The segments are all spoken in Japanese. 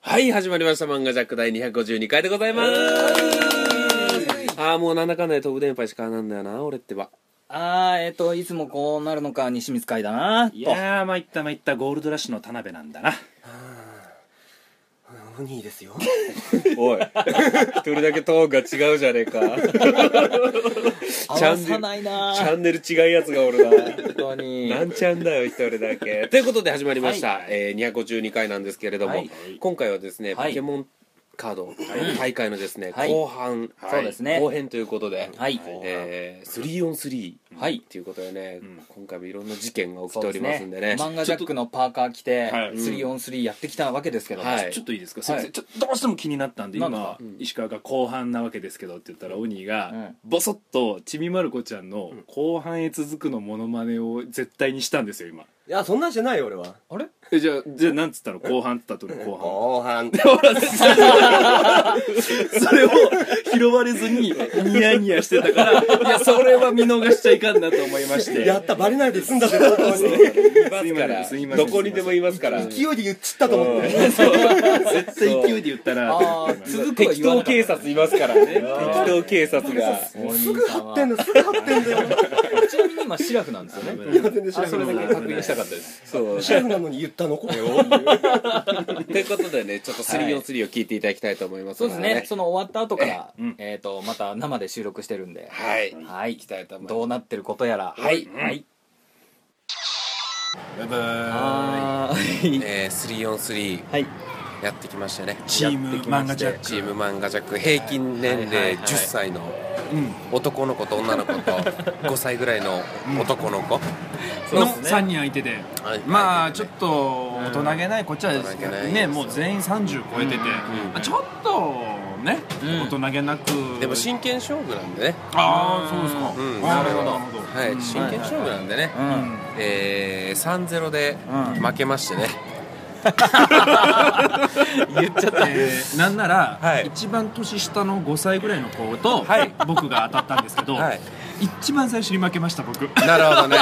はい、始まりました。漫画ジャック第252回でございます。ああ、もうなんだかんだで飛ぶ電波しかなんだよな、俺ってば。あーえっ、といつもこうなるのか西光会だなといやー参った参ったゴールドラッシュの田辺なんだな何ですよ。おい。 どれだけトーンが違うじゃねえか。 合わさないなチャンネル違いやつがおるな。本当になんちゃんだよ一人だけ ということで始まりました、えー252回なんですけれども、はい今回はですね、はいポケモンカード大会のですね、はい後半、はいそうですね後編ということで、はいえー、3on3 はいということでね、ん今回もいろんな事件が起きそうておりますんでね漫画ジャックのパーカー着てはい 3on3 やってきたわけですけども、はいちょっといいですか、先は生いちょどうしても気になったんでなんだ今、石川が後半なわけですけどって言ったら鬼うがんボソッとちびまる子ちゃんの後半へ続くのモノマネを絶対にしたんですよ今いや、そんなんじゃないよ、俺は。あれえじゃあじゃあなんつったの後半って言ったの後後半。半 それを拾われずにニヤニヤしてたからいやそれは見逃しちゃいかんなと思いましてやった、バレないで済んだぜ、本当いに。ますからすいませんすいませんどこにでもいますから勢いで言っちったと思って。絶対勢いで言ったらあー 続くは適言当わなかっ警察いますからね適当警察がたすぐ張ってんの、すぐ張ってんだよ。ちなみに今シラフなんですよねいや、全然知らあそれだなけい。確認したかったですそうシェフなのに言ったのこれを。ということでねちょっと3on3 を聞いていただきたいと思いますそのうですねその終わった後から、うんえっ、とまた生で収録してるんではいはいきたいと思いますどうなってることやらはいはいバイバあーえー、3on3 はいやってきましたねチーム漫画ジャックチーム漫画ジャック平均年はいはい齢は10い歳のーうん男の子と女の子と5歳ぐらいの男の子の3人相手で、まあちょっとと大人げないこっちはですけど大人げないねもう全員30超えてて、まあちょっとね、うん大人げなくでも真剣勝負なんでねああそうですか、うんあーなるほどなるほどはい真剣勝負なんでねうんえー、3-0でうん負けましてね言っちゃった、えーなんなら、はい一番年下の5歳ぐらいの子と、はい僕が当たったんですけど、はい一番最初に負けました僕なるほどね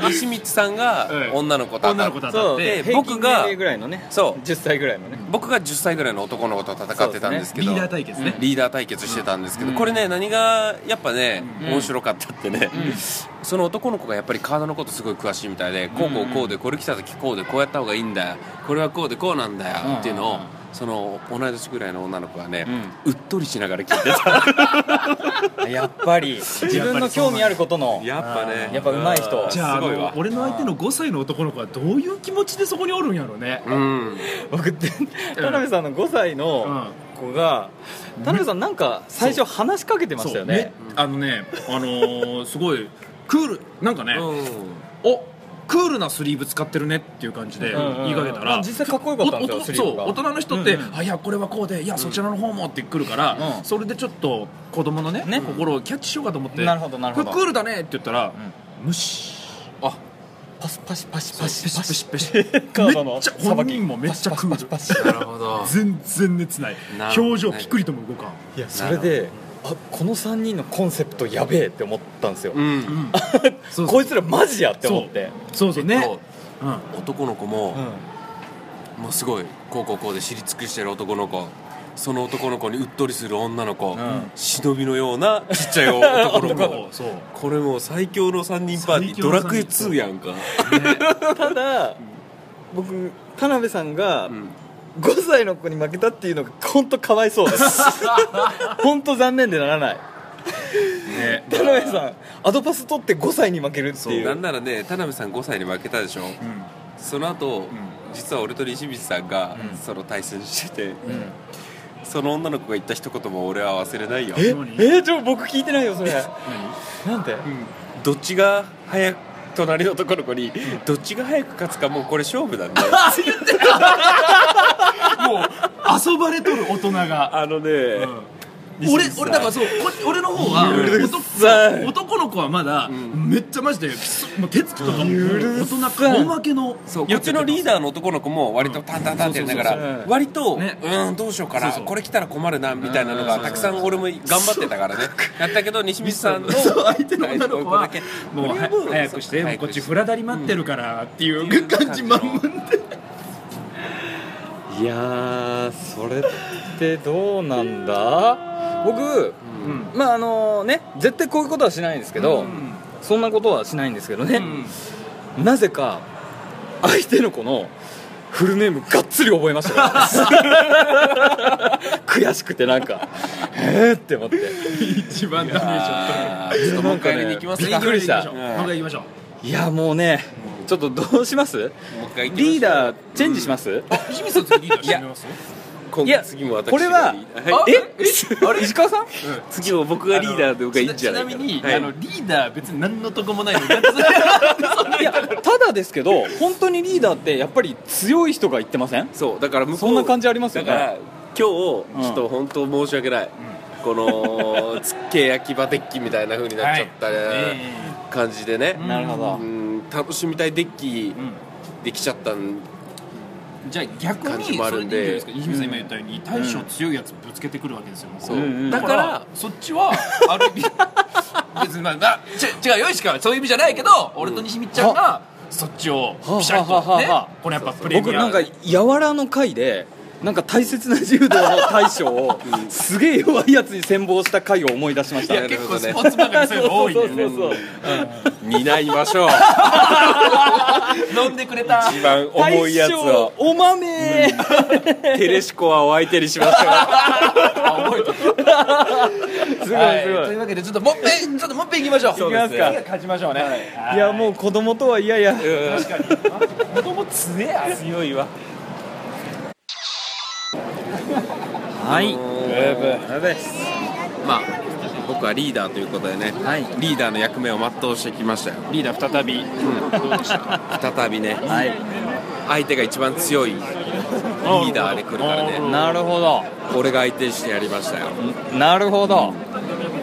で西光さんがうん女の子と当た女のっ子と当たそっうでてで僕僕ががぐらいのねそう10歳ぐらいのね僕が10歳ぐらいの男の子と戦ってたんですけリどーダー対決ね、リーダー対決してたんですけど、うんこれね何がやっぱね、うん面白かったってね、その男の子がやっぱり体のことすごい詳しいみたいで、こうこうこうでこれ来た時こうでこうやった方がいいんだよこれはこうでこうなんだよ、うんっていうのをうんその同い年ぐらいの女の子がね、うっとりしながら聞いて たやっぱり自分の興味あることのやっぱねやっぱ上手い人じゃああすごいわの俺の相手の5歳の男の子はどういう気持ちでそこにおるんやろうね、うん僕って田辺さんの5歳の子が田辺さんなんか最初話しかけてましたよねそうめあのねあのーすごいクールなんかね、おクールなスリーブ使ってるねっていう感じでうんうんうん言いかけたら、実際かっこよかったんですよおおスリそーうブが大人の人って、うんうんあいやこれはこうでいやそちらの方もって来るから、うんそれでちょっと子供のねね心をキャッチしようかと思ってなるほどなるほどこれクールだねって言ったら、無視パシパシパシパシペパシシペシペシめっカードのちゃ本人もめっちゃクールなるほど全然熱ないなるほどね表情ピクリとも動かんいやそれであこの3人のコンセプトやべえって思ったんですようんそうこいつらマジやって思ってそうそうねそううん男の子も、もうすごいこうこうこうで知り尽くしてる男の子その男の子にうっとりする女の子、ん忍びのようなちっちゃ い男の男の子子そうこれもう最強の3人パーティ最ー強ドのラ三人クエ2やんか、ただ僕田辺さんがうん5歳の子に負けたっていうのが本当かわいそうです本当残念でならないね田辺さんアドパス取って5歳に負けるってそういうなんならね田辺さん5歳に負けたでしょうんその後、実は俺と西光さんが、その対戦してて、その女の子が言った一言も俺は忘れないよえ何えちょ僕聞いてないよそれなんでどっちが早く隣の男の子にどっちが早く勝つかもうこれ勝負だね もう遊ばれとる大人があのね、俺俺だからそうこ俺の方はさい男男の子はまだめっちゃマジでもう手つきとかも大人顔負けのそうこっちのリーダーの男の子も割とタンタンタンってやりながそうそうそうらそう割とうねーんどうしようかなそうそうこれ来たら困るなみたいなのがたくさん俺も頑張ってたからねやったけど西光さんのそう相手の女の子はだけもうこれははもう早くして早もうくこっちフラダリ待ってるからっていう感じうん満々でいやーそれってどうなんだ僕うんまああのね絶対こういうことはしないんですけど、うんそんなことはしないんですけどうね、んなぜか相手の子のフルネームがっつり覚えましたから 悔しくてなんかえーって思って一番ダメージを取るあーちょっともう一回見に行きますびっくりしたもう一回行きましょういやもうねちょっとどうしますもう一回行きましょうリーダーチェンジします、清水さん次リーダーしてみます今いや次も私これは、いえあれ石川さん次も僕がリーダーで僕がいいんじゃないかちなみに、はいあのリーダー別に何のとこもないのにいやただですけど本当にリーダーってやっぱり強い人が言ってませんそうだから向こうそんな感じありますよだねから今日ちょうんっと本当申し訳ないこのつっけ焼き場デッキみたいな風になっちゃったね感じでねなるほど、うん楽しみたいデッキできちゃったんじゃあ逆感じにもあそるれんででいいんじゃないですか西水さん今言ったように大将強いやつぶつけてくるわけですよ向こそううんだからそっちはある意味別にまあなち違うよいしかそういう意味じゃないけど俺と西光ちゃんがそっちをピシャッははとはねははこれやっぱプレ僕ミなアんか柔らの回でなんか大切な柔道の大将をすげえ弱いやつに戦望した回を思い出しましたいや結構なスるポほーツ漫画にそういうの多いんだそうよそうそねうそう担いましょ う飲んでくれた一番重いやつをお豆テレシコアを相手にしましょう すごいすはいとごいいうわけでちょっともっぺんちょっともっぺんいきましょう行きますか次は勝ちましょうねはいやもう子供とはいやいや子供強えや強 いわはいまあ僕はリーダーということでね、いリーダーの役目を全うしてきましたよリーダー再び再びねはい相手が一番強いリーダーで来るからねなるほど俺が相手にしてやりましたよなるほど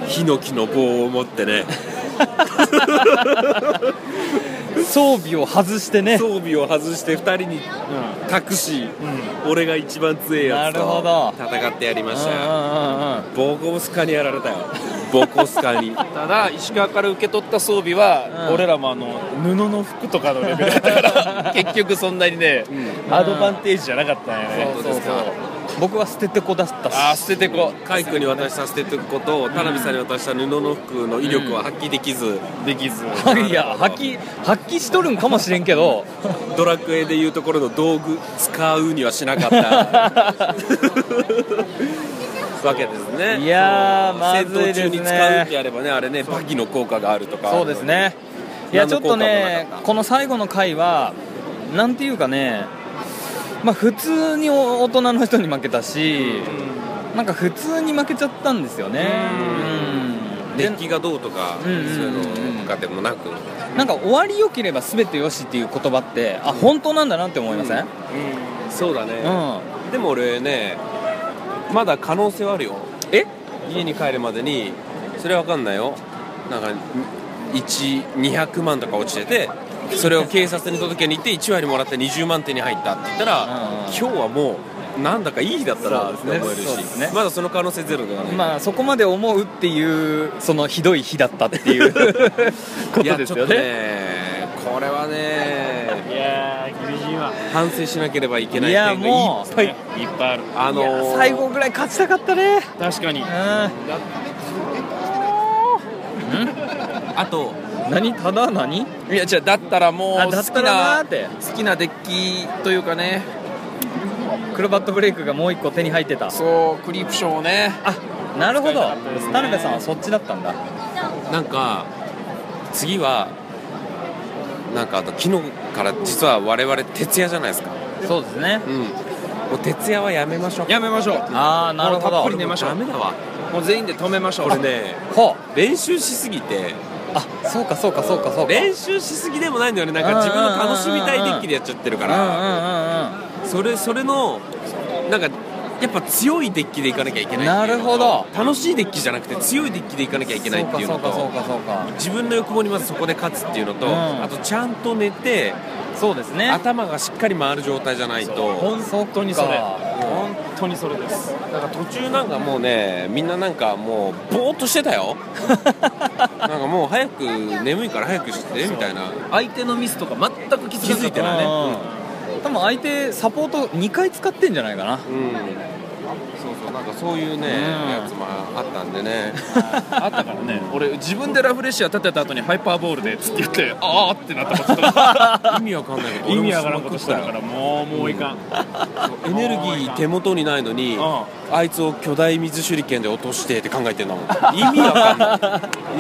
ヒノキの棒を持ってね装備を外してね装備を外して2人に託し、俺が一番強いやつなるほとど戦ってやりまうんしたうよんうんうんボコスカにやられたよボコスカに ただ石川から受け取った装備は、うん俺らもあの布の服とかのレベルだったから 結局そんなにね、アドバンテージじゃなかったんやねそうですか僕は捨ててこだったしああ捨ててこカイ君に渡した捨てていくことを田辺さんに渡した布の服の威力は発揮できず、うできず いや発揮発揮しとるんかもしれんけどドラクエでいうところの道具使うにはしなかった わけですねいやーそうまずいです戦闘中ねに使うってやればねあれねバギの効果があるとかそうですねいやちょ何の効果っともなかったねこの最後の回はなんていうかねまあ普通にお大人の人に負けたし、なんか普通に負けちゃったんですよねうんデでッキがどうとかそううんうんうんいうのとかでもなくなんか終わりよければ全てよしっていう言葉ってあ本当なんだなって思いません、そうだねうんでも俺ねまだ可能性はあるよえ家に帰るまでにそれわかんないよなんか1200万とか落ちててそれを警察に届けに行って1割もらって20万手に入ったって言ったらうんう今ん日はもうなんだかいいだったなってそう思でえすねるそうですねしまだその可能性ゼロではないまあそこまで思うっていうそのひどい日だったって いうこいとやですちょよっとねねこれはねいやー厳しいわ反省しなければいけないいや点がいもっうぱいいっぱいあるあのいーや最後ぐらい勝ちたかったね確かにうあとん何ただ何いやじゃあだったらもうあだ好ったきらなーなって好きなデッキというかねクロバットブレイクがもう一個手に入ってたそうクリプションをねあなるほど使いたかったですね田辺さんはそっちだったんだなんか次はなんかあと昨日から実は我々徹夜じゃないですかそうですねうんもう徹夜はやめましょうやめましょうああなるほもうたどっぷり寝ましょうダメだわもう全員で止めましょう俺ねほ練習しすぎてうあそうかそうかそうかそうか練習しすぎでもないんだよねなんか自分の楽しみたいデッキでやっちゃってるうかんうんらうんそれそれのなんかやっぱ強いデッキでいかなきゃいけうなんいなるほど楽しいデッキじゃなくて強いデッキでいかなきゃいけないっていうそのうかそうとかそうか自分の欲望にまずそこで勝つっていうのと、うんあとちゃんと寝てそうかそうですね頭がしっかり回る状態じゃないと本当にそれ本当にそれですなんか途中なんかもうねみんななんかもうぼーっとしてた よなんかもう早く眠いから早くしてみたいな相手のミスとか全く気気づいてないね多分相手サポート2回使ってんじゃないかなうんそうそうなんかそういうねうんやつもあったんで ねあったからね俺自分でラフレシア立てた後にハイパーボールでつって言ってああってなったこと意味わかんないこと俺意も味しわからまんこくとっしたたよからもうもういかん、エネルギー手元にないのにうあいつを巨大水手裏剣で落としてって考えてんだもん意味わかん な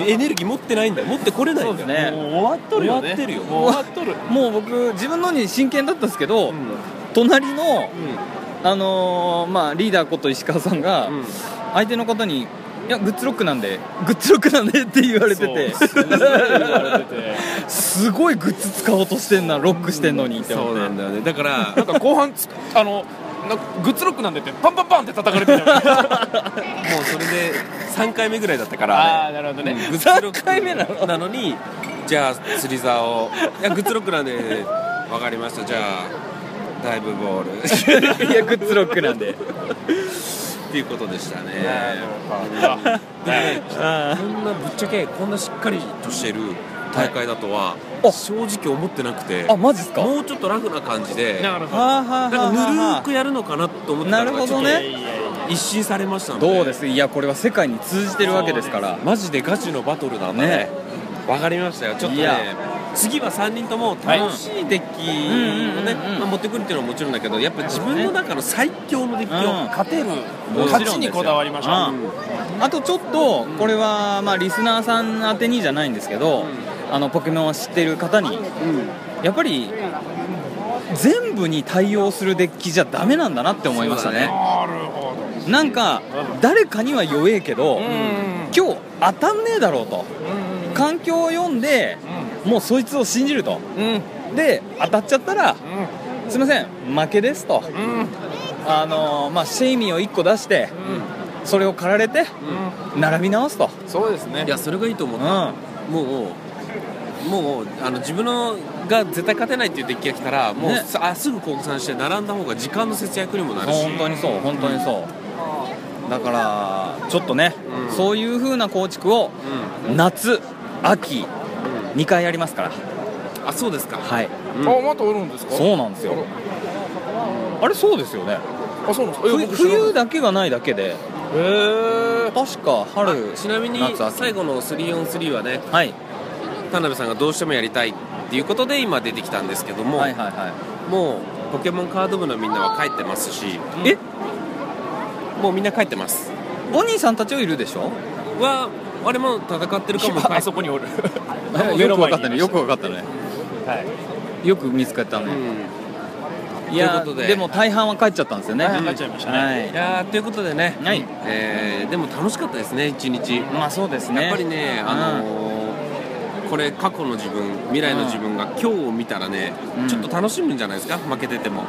いエネルギー持ってないんだよ持ってこれないんだよねもう終わっとるよね終わってるよもう終わっとるもう僕自分のに真剣だったんですけど、うん隣の、あのーまあ、リーダーこと石川さんが、うん相手の方に「いやグッズロックなんでグッズロックなんで」って言われててそうすごい言われてて すごいグッズ使おうとしてんなロックしてんのにって思っそてうなんだよねだからなんか後半つあのなんかグッズロックなんでってパンパンパンって叩かれて たよもうそれで3回目ぐらいだったからああなるほどあれねグッズロック3回目なのなのにじゃあ釣り竿をいやグッズロックなんでわかりましたじゃあダイブボール っいやグッズロックなんでていうことでしたねあでねこんなぶっちゃけこんなしっかりとしてる大会だとはあ正直思ってなくてあマジっすかもうちょっとラフな感じでなるほどはあは なあんかぬるーくやるのかなと思ってたのながるちほょどっねといやいやいや一新されましたのでどうですいやこれは世界に通じてるわけですからマジでガチのバトルなんだねねわかりましたよちょっといねや次は3人とも楽しいデッキをねうんうんうんうんまあ持ってくるっていうのはもちろんだけどやっぱ自分の中の最強のデッキをうん勝てるもちろんで勝すよちにこだわりましょううんあとちょっとこれはまあリスナーさん宛てにじゃないんですけど、あのポケモンを知ってる方に、やっぱり全部に対応するデッキじゃダメなんだなって思いましたねなるほどなんか誰かには弱えけど、今日当たんねえだろうと、環境を読んで、もうそいつを信じると、で当たっちゃったら、すいません負けですと、あのーまあ、シェイミーを1個出して、それを狩られて、並び直すと、そうですねいやそれがいいと思うっん、たもうもうあの自分のが絶対勝てないっていうデッキが来たらもうねさあすぐ降参して並んだ方が時間の節約にもなるし本当にそう本当にそうだからちょっとね、そういう風な構築を夏秋2回やりますからあそうですかはいうんあまたおるんですかそうなんですよあれそうですよねあそうなんですかい冬や僕知らなかっ冬だけがないだけでたへえ確か春ちなみに夏秋最後の 3on3 はねはい、田辺さんがどうしてもやりたいっていうことで今出てきたんですけども、はいはいはもうポケモンカード部のみんなは帰ってますし、えもうみんな帰ってますいお兄さんたちはいるでしょはあれも戦ってるかもあそこにおるよく分かったねよくは分かったねいよく見つかったうね、んいやということででも大半は帰っちゃったんですよね大半帰っちゃいましたねはいいやーということでね、はいえーでも楽しかったですね一日、まあそうですねやっぱりね、あのーこれ過去の自分未来の自分が今日を見たらね、うんちょっと楽しむんじゃないですか負けてても、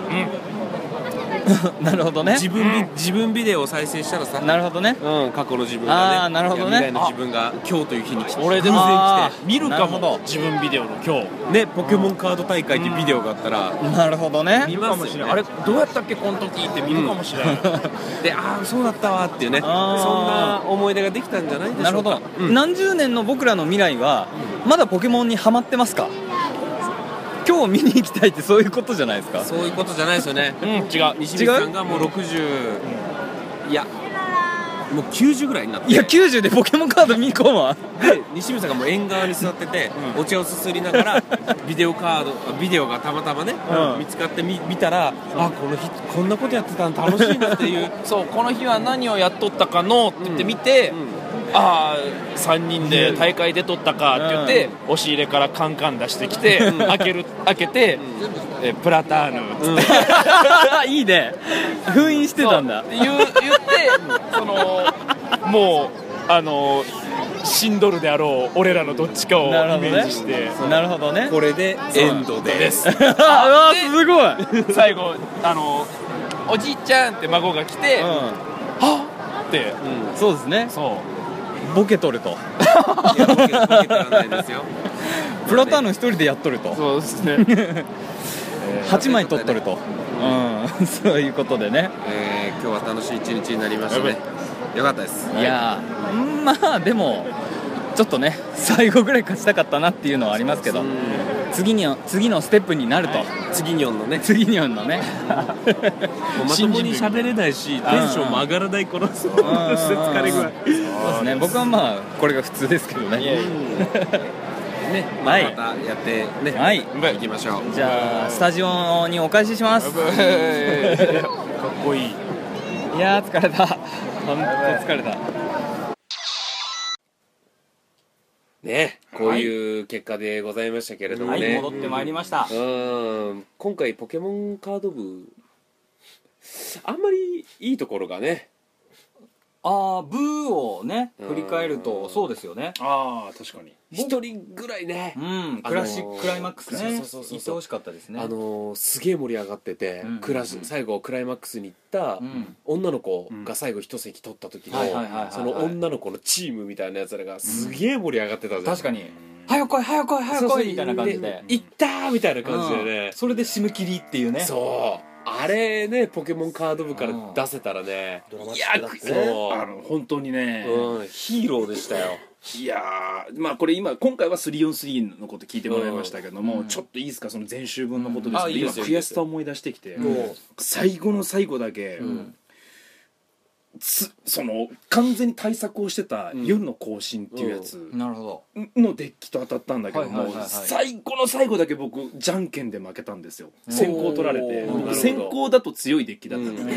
なるほどね自分ビ自分ビデオを再生したらさなるほどねうん、過去の自分がねあーなるほどねいや未来の自分が今日という日に来て俺で偶も然あ来ー見るかなるほもど自分ビデオの今日てねポケモンカード大会っていうビデオがあったら、なるほどね見かまもすしよ、れね、ないあれどうやったっけこの時って見るかもしれない、でああそうだったわっていうねそんあーな思い出ができたんじゃないでしょうかなるほど、うん何十年の僕らの未来はまだポケモンにハマってますか今日見に行きたいってそういうことじゃないですかそういうことじゃないですよねうん違う西水さんがもう60いやもう90ぐらいになっていや90でポケモンカード見込むわで西水さんがもう縁側に座ってて、お茶をすすりなが らビデオカードあビデオがたまたまね、ん見つかってみ見たらあこの日こんなことやってたの楽しい なっていうそうこの日は何をやっとったかのって言って見て、ああ3人で大会出とったかって言って、押し入れからカンカン出してきて、開ける開けて、えプラターヌっつっ て、いいね封印してたんだそう言う言ってそのもうあの死んどるであろう俺らのどっちかをイなるほどメージして、ねなるほどねこれでエンドですあうわすごい、うん、最後あのおじいちゃんって孫が来て、はっってそうですねそうボケとるといやボケボケてはないですよプラターンの一人でやっとるとそうです ね8枚取っとると、うん、そういうことでねえー、今 日は楽しい一日になりましたねよかったですいやーまあでもちょっとね最後ぐらい勝ちたかったなっていうのはありますけど次に次のステップになると、次にょんのね次には のねもうまともに喋れないしテンションも上がらないこのそ疲疲れ具合そうですね僕はまあこれが普通ですけどね ね、まはいあ、またやってね、はい行きましょうじゃあスタジオにお返ししますかっこいいいやー疲れた本当疲れたねこういう結果でございましたけれどもはね、い戻ってまいりましたうーん今回ポケモンカード部あんまりいいところがねあーブーをねうん振り返るとそうですよねああ確かに一人ぐらいね、うんあのークラシッククライマックスねそうそうそうそう行ってほしかったですねあのーすげえ盛り上がってて、うんクラス最後クライマックスに行ったうん女の子が最後一席取った時のはいはいはいはいはいその女の子のチームみたいなやつらがすげえ盛り上がってたじゃん、確かに早く来い早く来い早く来いみたいな感じでで行ったーみたいな感じでねうん、それで締め切りっていうねそうあれねポケモンカード部から出せたらねいやあその本当にね、う、うん、ヒーローでしたよいやーまあこれ今今回は 3on3 のこと聞いてもらいましたけども、ちょっといいですかその前週分のことですあけいいど、で今すよ悔しさを思い出してきて、ん最後の最後だけ、つその完全に対策をしてた夜の更新っていうやつ、なるほどのデッキと当たったんだけども、はいはいはいはい最後の最後だけ僕じゃんけんで負けたんですよん先行取られておーなるほど僕先行だと強いデッキだったんで、うんい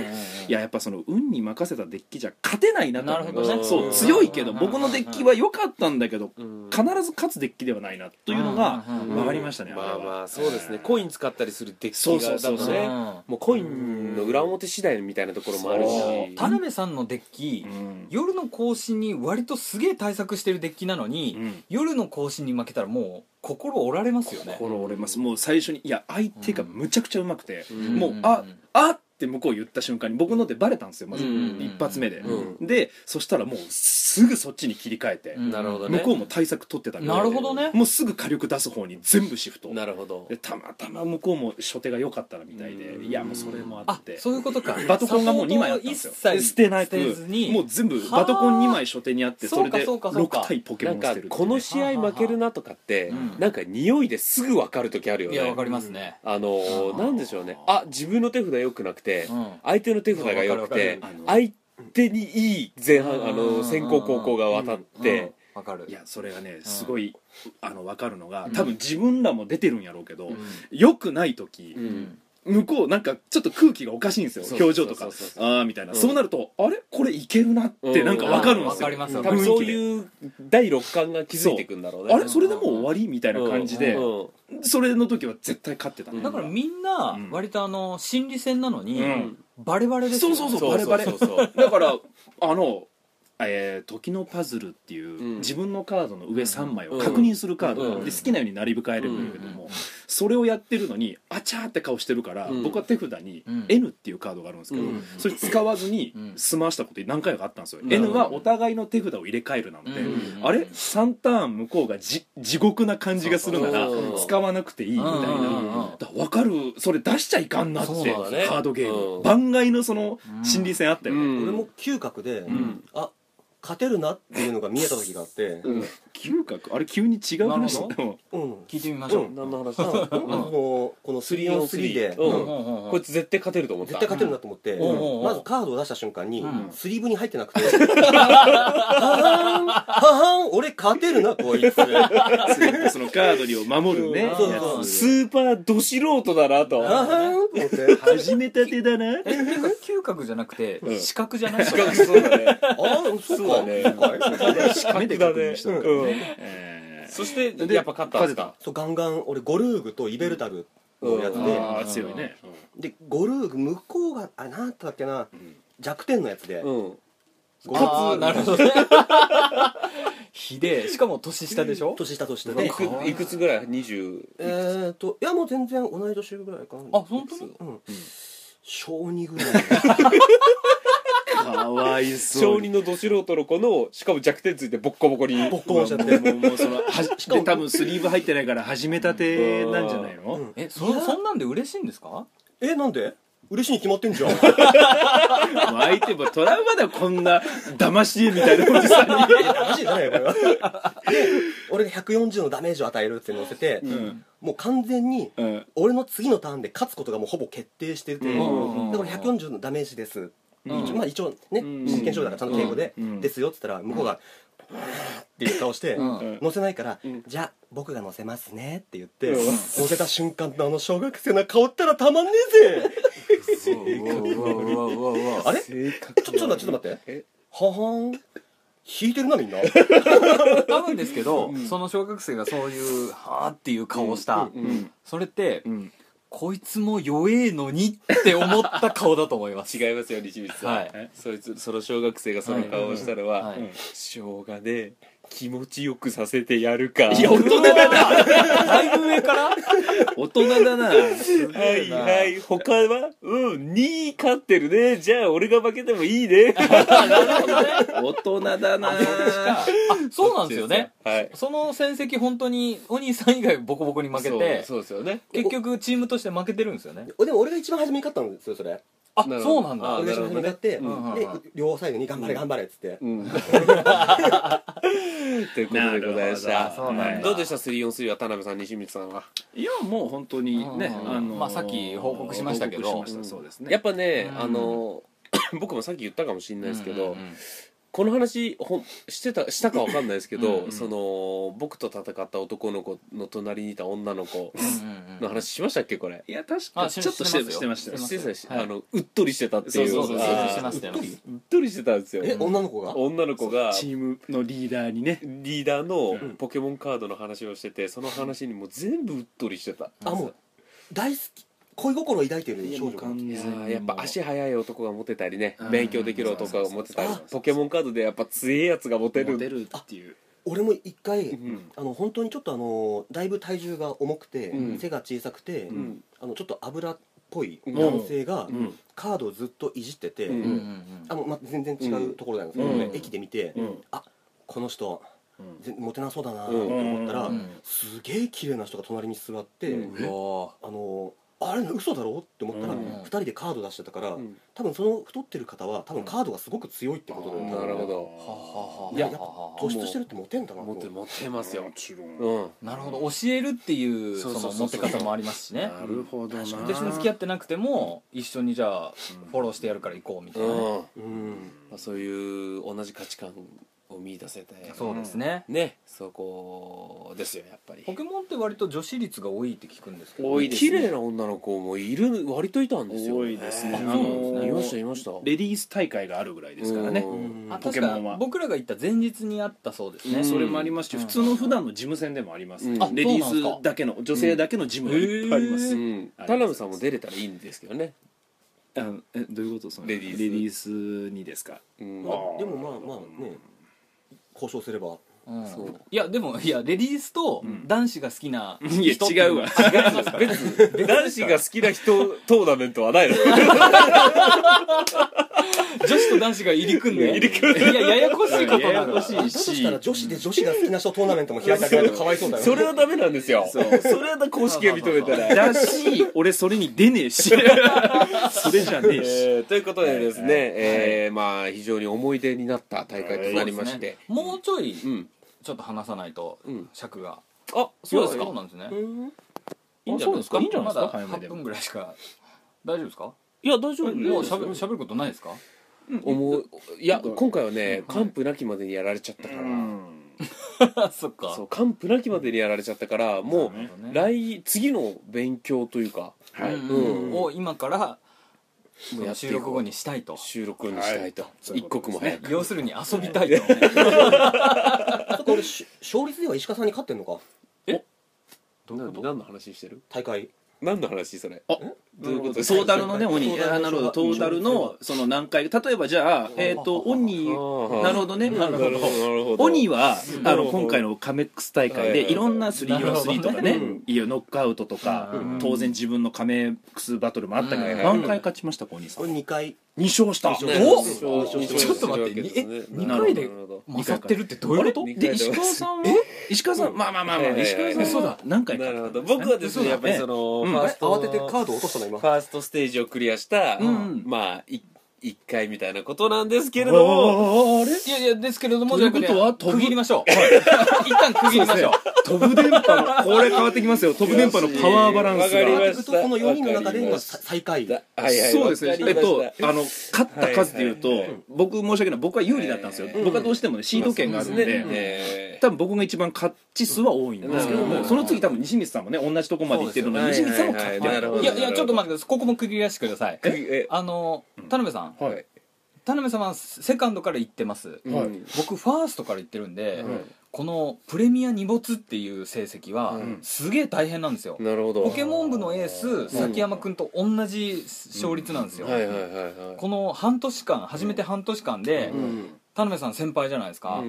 ややっぱその運に任せたデッキじゃ勝てないなと思ってなるほどねそう強いけど僕のデッキは良かったんだけどうん必ず勝つデッキではないなというのがうんうん分かりましたね、まれあはまあそうですねコイン使ったりするデッそキうそがうだそうとそうねうんもうコインの裏表次第みたいなところもあるし田辺さんのデッキうん夜の更新に割とすげえ対策してるデッキなのに、うん夜の更新に負けたらもう心折られますよね心折れますもう最初にいや相手がむちゃくちゃうまくて、んもううんああって向こう言った瞬間に僕のでバレたんですよまずうん一発目で、うでそしたらもうすぐそっちに切り替えて、うんなるほどね向こうも対策取ってたからなるほどねもうすぐ火力出す方に全部シフトなるほどでたまたま向こうも初手が良かったらみたいでうんいやもうそれもああってそういうことかバトコンがもう2枚あったんですよサポートをで一切捨てなく捨てずにもう全部はあバトコン2枚初手にあってそれでそうかそうかそう6か対ポケなモんン捨かてるっていうこねの試合負けるなとかってうんなんか匂いですぐ分かる時あるよいねやわかりますね、あのーあーなんでしょうねあ自分の手札良くなくて、うん相手の手札が良くてわかるわか相る手にいい前半、うんあのー先行後攻が渡って、うんわかるいやそれがねすごい、あの分かるのが多分自分らも出てるんやろうけど、うん良くない時、うん向こうなんかちょっと空気がおかしいんですよそう表情とかそうそうそうああみたいな、うんそうなるとあれこれいけるなってなんか分かるんですうんわかよ、ります多わ分そう雰い囲う第六感が気づいていくんだろう気ねであれそれでもう終わりみたいな感じで、うんうんそれの時は絶対勝ってた、うんだからみんなうん割とあの心理戦なのに、うんバレバレですそようそうそうそうバレバレそうそうそうだからあの、えー時のパズル」っていう、うん自分のカードの上3枚を確認するカードがあって、うんで好きなようになりぶ変えれるんだけども、それをやってるのにあちゃーって顔してるから、うん僕は手札にうん N っていうカードがあるんですけど、うんそれ使わずにうん済ましたこと何回かあったんですよ、うん N はお互いの手札を入れ替えるなんで、うんあれ3ターン向こうがじ地獄な感じがするならそうそうそう使わなくていいみたいな、うんうんうんだから分かるそれ出しちゃいかんなって、そうだねカードゲーム、うん番外のその心理戦あったよね、うん俺も嗅覚で、んあ勝てるなっていうのが見えた時があって、うん嗅覚あれ急に違う話だなるよ聞いてみましょう、うん何の話あのこの 3on3 で、うんうんうんうんうんこいつ絶対勝てると思った絶対勝てるなと思って、うんうんうんまずカードを出した瞬間に、うんスリーブに入ってなくて「ははんははん俺勝てるなこいつ」はそのカードリを守るね うんそうやそうスーパーど素人だなとはんと思ってつ始めたてだ なえなんか嗅覚じゃなくてうん視覚じゃない比較そうだね「ああそうかそ うかい目で確認したのかうんえーそしてでやっぱ勝ったんですかそうガンガン俺ゴルーグとイベルタルのやつで、うんあー強いねでゴルーグ向こうがあれなんだったっけな、弱点のやつで、うんゴルあーあグなるほどね ひでえしかも年下でしょ年下年下いでくいくつぐらい20えーっといやもう全然同い年ぐらいかなあ本当にうん小2ぐらいかわいそ小う児にのど素人の子のしかも弱点ついてボッコボコにボッコもボコうしちゃってもうもうそのはしで多分スリーブ入ってないから始めたてなんじゃないのうんえそそんなんで嬉しいんですかえなんで嬉しいに決まってんじゃん。もう相手もトラウマだよこんな騙し絵みたいなおじさんにマジでだよ、これは。で、俺が140のダメージを与えるって乗せて、もう完全に、ん俺の次のターンで勝つことがもうほぼ決定してて、だから140のダメージです。一応まあ一応ね、真剣勝負だからちゃんと敬語で、ですよって言ったら、向こうが、っていう顔して、乗せないから、じゃあ僕が乗せますねって言って、乗せた瞬間のあの小学生の顔ったらたまんねえぜあれちょ、ちょっと待って、ちょっと待って。ははん。引いてるな、みんな。多分ですけど、その小学生がそういう「はあ」っていう顔をした、それって、こいつも弱えのにって思った顔だと思います違いますよ西口さん、はそいつその小学生がその顔をしたのは、はいしょうがねえ気持ちよくさせてやるかいや大人だなだいぶ上から大人だなはいはい他はうん2位勝ってるねじゃあ俺が負けてもいいね大人だなそうなんですよねはいその戦績本当にお兄さん以外ボコボコに負けてそうそうですよね結局チームとして負けてるんですよねでも俺が一番初めに勝ったんですよそれあなるほそどうなんだあ俺が一番初めに勝って、うんでうんうん両サイドに「頑張れ頑張れ」っつって、 ということでございましなたるほどそうなんだはいどうでした343は田辺さん西光さんはいやもう本当にね、うんあのまあさっき報告しましたけど報告しましたそうですねやっぱね、うんあの 僕もさっき言ったかもしれないですけど、うんうんうんこの話ほんしてたしたかわかんないですけどうんうんその僕と戦った男の子の隣にいた女の子うんうんの話しましたっけこれいや確あかしちょっとしてしてますよしてましたしよて失礼しはいあのうっとりしてたっていうそうそうそうあーしてましたようっとりうっとりしてたんですよえ女の子が女の子がチームのリーダーにねリーダーのポケモンカードの話をしててその話にもう全部うっとりしてたあもう大好き恋心を抱いてるね少女がいやーやっぱ足速い男がモテたりね勉強できる男がモテたりそうそうポケモンカードでやっぱ強いやつがモテる出る出るっていう俺も一回、んあの本当にちょっとあのだいぶ体重が重くて、うん背が小さくて、んあのちょっと油っぽい男性が、んカードをずっといじってて、うんうんうんあのまあ、全然違うところなんですけど、うんね駅で見て、うんあこの人、ぜモテなそうだなとうん思ったら、うんうんすげえ綺麗な人が隣に座って、うんうわあのあれ嘘だろって思ったら、うん2人でカード出してたから、ん多分その太ってる方は多分カードがすごく強いってことだよね、なるほどーははははいやはは突出してるってモテんだなとモテモテますよちろんうんなるほど教えるっていうその持って方もありますしねなるほどな別に付き合ってなくても一緒にじゃあフォローしてやるから行こうみたいなねうんうんまあそういう同じ価値観を見出せてそうですねねそこですよやっぱりポケモンって割と女子率が多いって聞くんですけど多いですね綺麗な女の子もいる割といたんですよ多いですねああののいましたいましたレディース大会があるぐらいですからねうんうんあポ確ケモかンは僕らが行った前日にあったそうですねそれもありますしうん普通の普段の事務戦でもありますうんレディースだけの女性だけの事務がいっぱいありまうすん田辺さんも出れたらいいんですけどねあのえどういうことそのレディーススにですかうんまあでもまあまあね交渉すればうんそういやでもいやレディースと男子が好きないや人って 違うわ別に男子が好きな人トーナメントはないの女子と男子が入り組んで入り組んいやややこしいことにやなやるこわしだといしたしら女子で女子が好きな人トーナメントも開いてあげないとかわいそうだよ ねそれはダメなんですよそれは公式が認めたらだし俺それに出ねえしそれじゃねえしえーということでですね、えーまあ非常に思い出になった大会となりまして、もうちょいうんちょっと話さないとうん尺があそうですいやかそうなんですねいいんじゃないですかいいんじゃなまいですかだ早めで8も分ぐらいしか大丈夫ですかいや大丈夫もうしゃべしゃべることないですか思ういや今回はね完膚なきまでにやられちゃったから、あそっかそう完膚なきまでにやられちゃったからもなるほどうね来次の勉強というかはいうんを今からそやのってい収こう録後にしたいと収録にしたいと、一刻も早く要するに遊びたいとそっか俺し勝率では石川さんに勝ってんのか何何の話してる大会何の話それあどういうことトータルのね、オニトーター。あルのなるほど、トータルの、その何回、例えばじゃあ、えっと、オニあー、ーなるほどね。なるなるほどなるほどオニーは、あるほの、ど今回のカメックス大会はいはいはで、いいろんななるほど 3on3 ねとかね、いや、ノックアウトとか、当然自分のカメックスバトルもあったけうんど、何回勝ちましたか、オニーさん俺。2回2勝したおちちょっと待ってにえ二回で勝ってるってどういうことで石川さんは石川さんまあまあまあまあ石川さんそうだ何回かなるほど僕はですねやっぱりそのファあーれスト慌ててカード落としたの今ファーストステージをクリアした、んまあい一回みたいなことなんですけれどもいやいやですけれどもということは飛ぶ区切りましょう 一旦区切りましょう飛ぶ電波のこれ変わってきますよ飛ぶ電波のパワーバランスわかりまがし結局この4人の中で今最下位だではいはいそうですねわかえりっましたとあの勝った数でいうと僕申し訳ない僕は有利だったんですよ僕はどうしてもねシード権があるんでえ多分僕が一番勝ち数は多いんですけどもその次多分西光さんもね同じとこまで行ってるのに西光さんも勝ってはいはいはいなるほどいやいやちょっと待ってくださいここも区切らしてくださいーえあの田辺さんるはい田辺様はセカンドから行ってます、はい僕ファーストから行ってるんで、このプレミア二没っていう成績は、すげえ大変なんですよなるほどポケモン部のエース崎山君と同じ勝率なんですよ、はいはいはいはいこの半年間初めて半年間で、田辺さん先輩じゃないですか、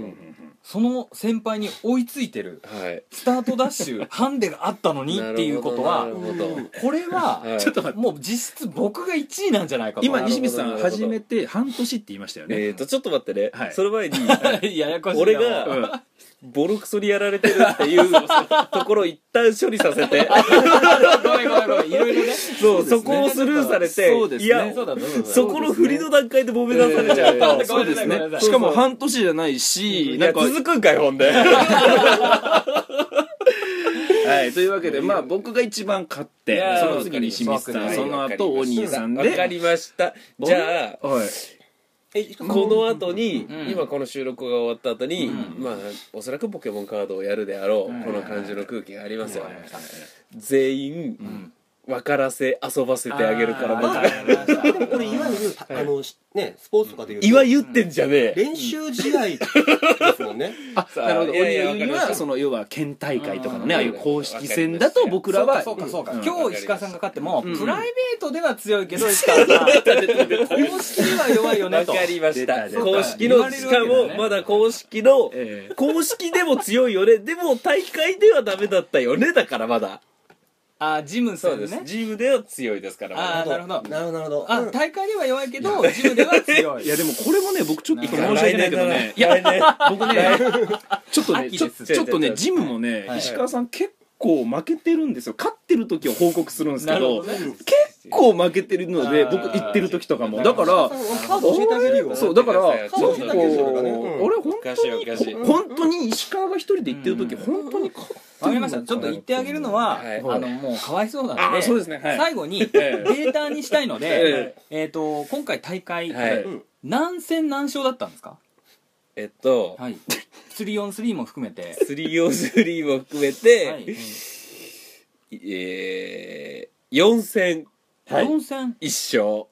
その先輩に追いついてるはいスタートダッシュハンデがあったのにっていうことはなるほどなるほこれは、どはいちょっと待ってもう実質僕が1位なんじゃないかと今西光さなんるほどなるほど始めて半年って言いましたよねえっとちょっと待ってねはいその前に ややこしいな俺がボロクソにやられてるっていうところを一旦処理させてごめんごめんごめんいろいろねそうそこをスルーされそうでていすねやそうだねそこの振りの段階でボメ出されちゃうえとーそうですねしかも半年じゃないしなんか続くんかいほんで はい、というわけで、まあ、僕が一番勝っていや、ーその次に清水さわかん、りその後、お兄さんわかで、りましたじゃあはい、この後に、今この収録が終わった後に、まあおそらくポケモンカードをやるであろう、この感じの空気がありますよ、全員、分からせ遊ばせてあげるから僕もこれいわゆるあのしねスポーツとかでいうといわゆってんじゃねえ、練習試合ですもんねあ、なるほど、いおやいやわかり兄さんましたは、その、要は、県大会とかのね、うあんあいう公式戦だと、僕らは、そうかそうか、うん今日石川さんが勝っても、プライベートでは強いけど石川 さん公式には弱いよね分とかりまし出たた出た公式言わのれるしわけだかねもまだ公式のええ公式でも強いよねでも大会ではダメだったよねだからまだあジムそさうんです、ねジムでは強いですからまだあーなるほどなるほどなるほどあ大会では弱いけどジムでは 強いいや、でも、これもね、僕、ちょっと、申来し訳ない年けだどなね、いや、来年僕ね、ちょっとね、秋ちょですちょっと違う違う違ね、うジムもねは、い石川さん、結構負けてるんですよ。勝ってる時は報告するんですけなるどほど、結構負けてるので、僕、行ってる時とかも。だから、カード教えてあげるよそうだからちょっとだけそれがねこううん俺本おかしいおかしい当本当に石川が一人で行ってる時本当にかわかりましたちょっと言ってあげるのは、はいあのもうかわいそうなのあでそうですねはい最後にデータにしたいので、 えー、と今回大会、はい何戦何勝だったんですか えっと、はい 3on3 も含めて 3on3 も含めて、はい、うんえー、4戦4戦1勝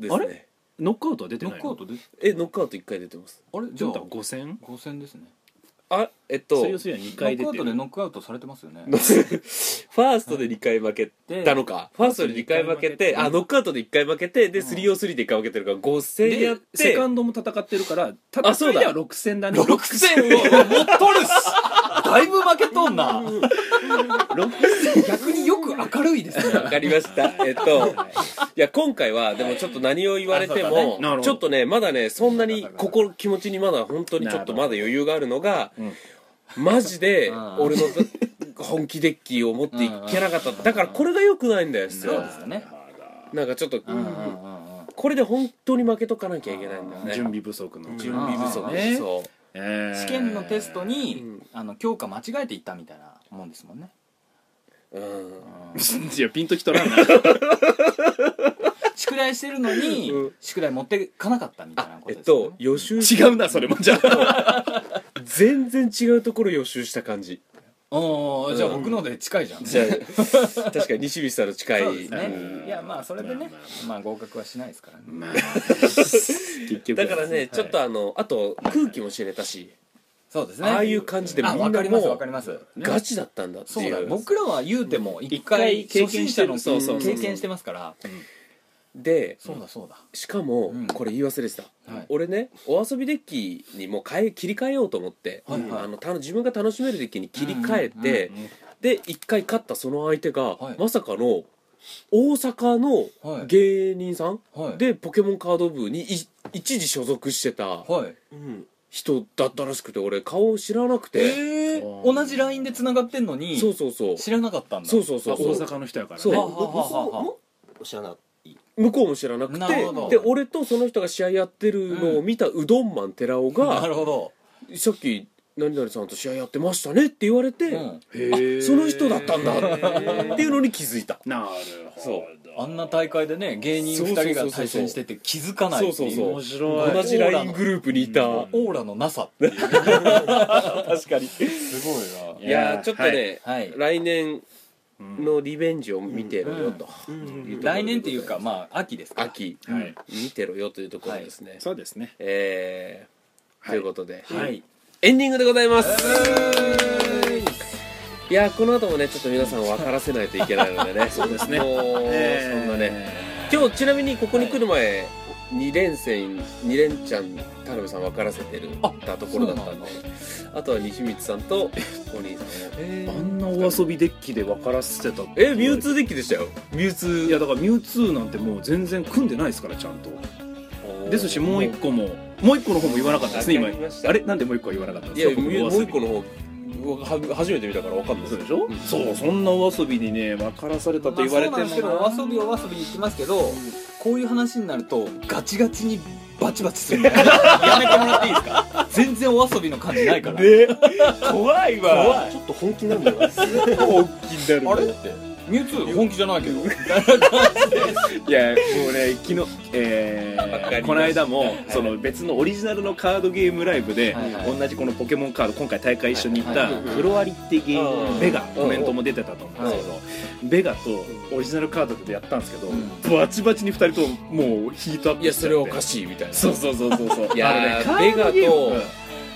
ですねノックアウトは出てノなッいクアウのトでえノックアウト1回出てますあれじジゃョあンタ5戦5戦ですねあえっとそフれァを すりゃ2ノ回ッ出クアウてトでるノックアウトされてますよねーストで2回負けたのか、ファーストで2回負けてあノックアウトで1回負けてで 3on3 で1回負けてるから5戦やっでセてカンドも戦ってるからあそ戦ういだでは6 戦だね6戦を持っとるし だいぶ負けとんな 逆によく明るいですねわかりましたえっといや今回はでもちょっと何を言われてあそうだも、なるほどちょっとねまだねそんなに心気持ちにまだ本当にちょっとまだ余裕があるのが、マジでうん俺の本気デッキを持っていけなかっただからこれが良くないんですそうよですよねなんかちょっと、うんうんうんうんこれで本当に負けとかなきゃいけないんだよね準備不足の準備不足うんねそう試試験のテストに、うんあの教科間違えていったみたいなもんですもんねうん いやピンときと らんな宿題してるのに、宿題持ってかなかったみたいなあこえとっですよとね、予習違うなそれもじゃ あ全然違うところ予習した感じおーじゃあ僕ので近いじゃん、じゃあ 確かに西口さんの近いそうですね、うんいやまあそれでね、まあ合格はしないですからね、結局だからねちょっとあのあと空気も知れたしそうですねああいう感じでみあんわかなりますもわかりますうガチだったんだってそういだう僕らは言うても一回一回初心者の経験してるそうそうそう経験してますからでそうだそうだしかも、うんこれ言い忘れてた、はい俺ねお遊びデッキにもう変え切り替えようと思って、はいはいあのた自分が楽しめるデッキに切り替えて、で一回勝ったその相手が、はいまさかの大阪はのい芸人さんはいでポケモンカード部にい一時所属してたはい人だったらしくて俺顔を知らなくてえー、同じ LINE でつながってんのにそうそうそう知らなかったんだそうそうそあうそう大阪の人やからそうははははも知らない向こうも知らなくなるほどてで俺とその人が試合やってるのを見たうどんマン寺尾ながるほど、さっき何々さんと試合やってましたねって言われて、うん、へあその人だったんだっていうのに気づいたなるそうほどあんな大会でね芸人2人が対戦してて気づかないっていそううそうそう面白い同じ LINE グループにいた、オーラのなさっていう確かにすごいいやーちょっとね、なはい来年のリベンジを見てろよと、いうところでございます来年っていうかまあ秋ですか秋、はい、はい見てろよというところですね、そうですねえーということで、はいエンディングでございます、いやーこの後もねちょっと皆さん分からせないといけないので ねそうですねもう、そんなね今日ちなみにここに来る前、二連戦二連ちゃん田辺さん分からせてるたところだったんであとは西光さんとお兄さんをあんなお遊びデッキで分からせてたってえミュウツーデッキでしたよミュウツーいやだからミュウツーなんてもう全然組んでないですからちゃんとですしもう一個ももう一個の方も言わなかったですねわ今かりましたあれなんでもう一個は言わなかったんいですやかも僕のお遊びう一個の方は初めて見たから分かんないそうでしょ、そうそんなお遊びにね分からされたと言われてるけど、まあそうなんですけどお遊びお遊び言ってますけど、こういう話になるとガチガチにバチバチするのやめてもらっていいですか 全然お遊びの感じないから、怖いわちょっと本気なんだよな本気になるあれってミュウツー本気じゃないけどみたいな感じでいやもうね昨日、えかりましー、たこの間も、その別のオリジナルのカードゲームライブで、はいはい同じこのポケモンカード今回大会一緒に行った、はいはいフロアリってゲーうんムベガコメントも出てたと思うんですけど、ベガとオリジナルカードでやったんですけど、バチバチに2人とももうヒートアップしちゃっていやそれおかしいみたいなそうそうそうそうそういやーベガと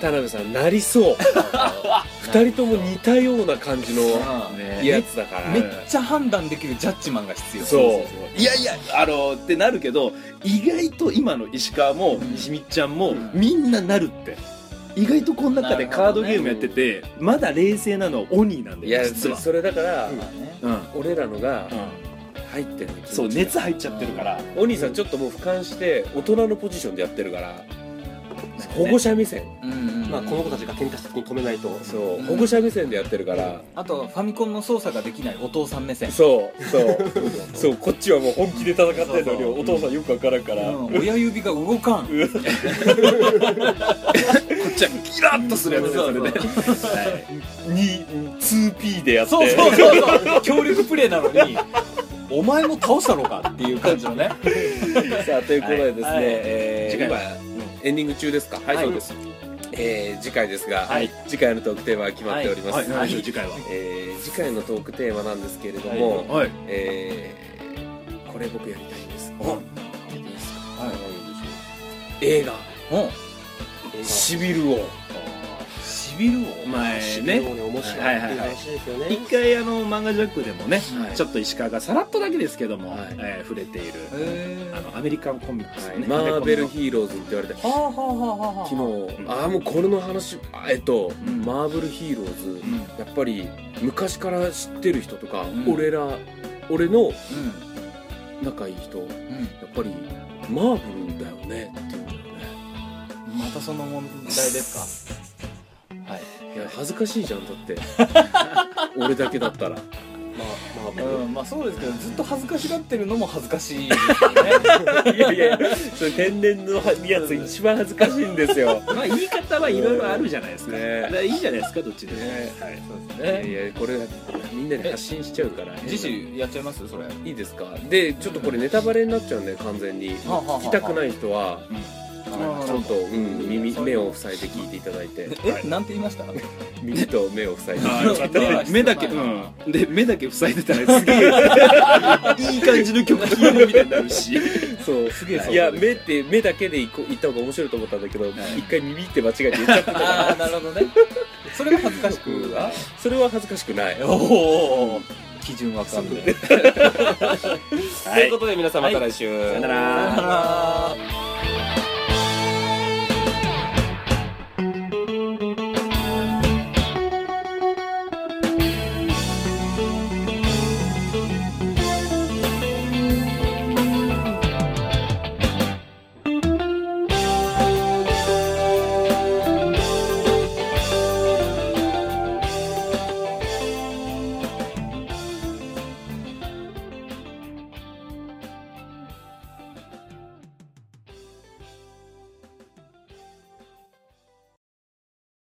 田辺さんなりそう二人とも似たような感じのねやつだからめっちゃ判断できるジャッジマンが必要そういやいやあのってなるけど意外と今の石川も石みちゃんもみんななるって意外とこの中でカードゲームやっててまだ冷静なのは鬼なんいだやよ実はそれだから、うん俺らのがうん入ってるそう熱入っちゃってるからお兄さんちょっともう俯瞰して大人のポジションでやってるから保護者目線うんうんうんまあこの子たちが喧嘩した時に止めないとそう保護者目線でやってるからあとファミコンの操作ができないお父さん目線そうそうそうこっちはもう本気で戦ってるのにそうそうお父さんよくわからんからうん親指が動かんこっちはギラッとするやつでそれでに 2P でやってそうそうそうそう協力プレイなのにお前も倒したのかっていう感じのね さあということでですね、はいえー次回は今エンディング中ですかはい、そうですえー次回ですが、はい次回のトークテーマは決まっております、はい何でしょう次回はえー次回のトークテーマなんですけれども、はいえーこれ僕やりたいんですはい映画うん「しびるをしびるを前ねね面白いっていう話ですよね一回あの漫画ジャックでもねはいちょっと石川がさらっとだけですけどもはいえー触れているへあのアメリカンコミックスねマーベルヒーローズ」って言われてーはあはあはあはあ昨日ああもうこれの話あえっと、うんマーブルヒーローズ、うんやっぱり昔から知ってる人とか、ん俺ら俺の仲いい人やうんうんっぱりマーブルだよねっていうんだよねまたその問題ですかはいいや恥ずかしいじゃんだ って俺だけだったらうんまあそうですけどずっと恥ずかしがってるのも恥ずかしいですよね いやいやそれ天然のやつ一番恥ずかしいんです よまあ言い方はいろいろあるじゃないですか。ねだからいいじゃないですか、どっちでも。はい。いやいやこれみんなで発信しちゃうから次週やっちゃいますそれいいですかでちょっとこれネタバレになっちゃうんで完全にはあはあはあ聞きたくない人はあちょっと、うん、耳目を塞いで聞いていただい てえなんて言いました耳と目を塞いであーよかったね目だけ、うん。で、目だけ塞いでたらすげえ、いい感じの曲聴いてるみたいになるし。そうすげえいや目って目だけで行こ行った方が面白いと思ったんだけど一、回耳って間違えて言っちゃってたからああなるほどねそれが恥ずかしくはそれは恥ずかしくないおお基準わかんないということで皆さんまた来週、さよならさよなら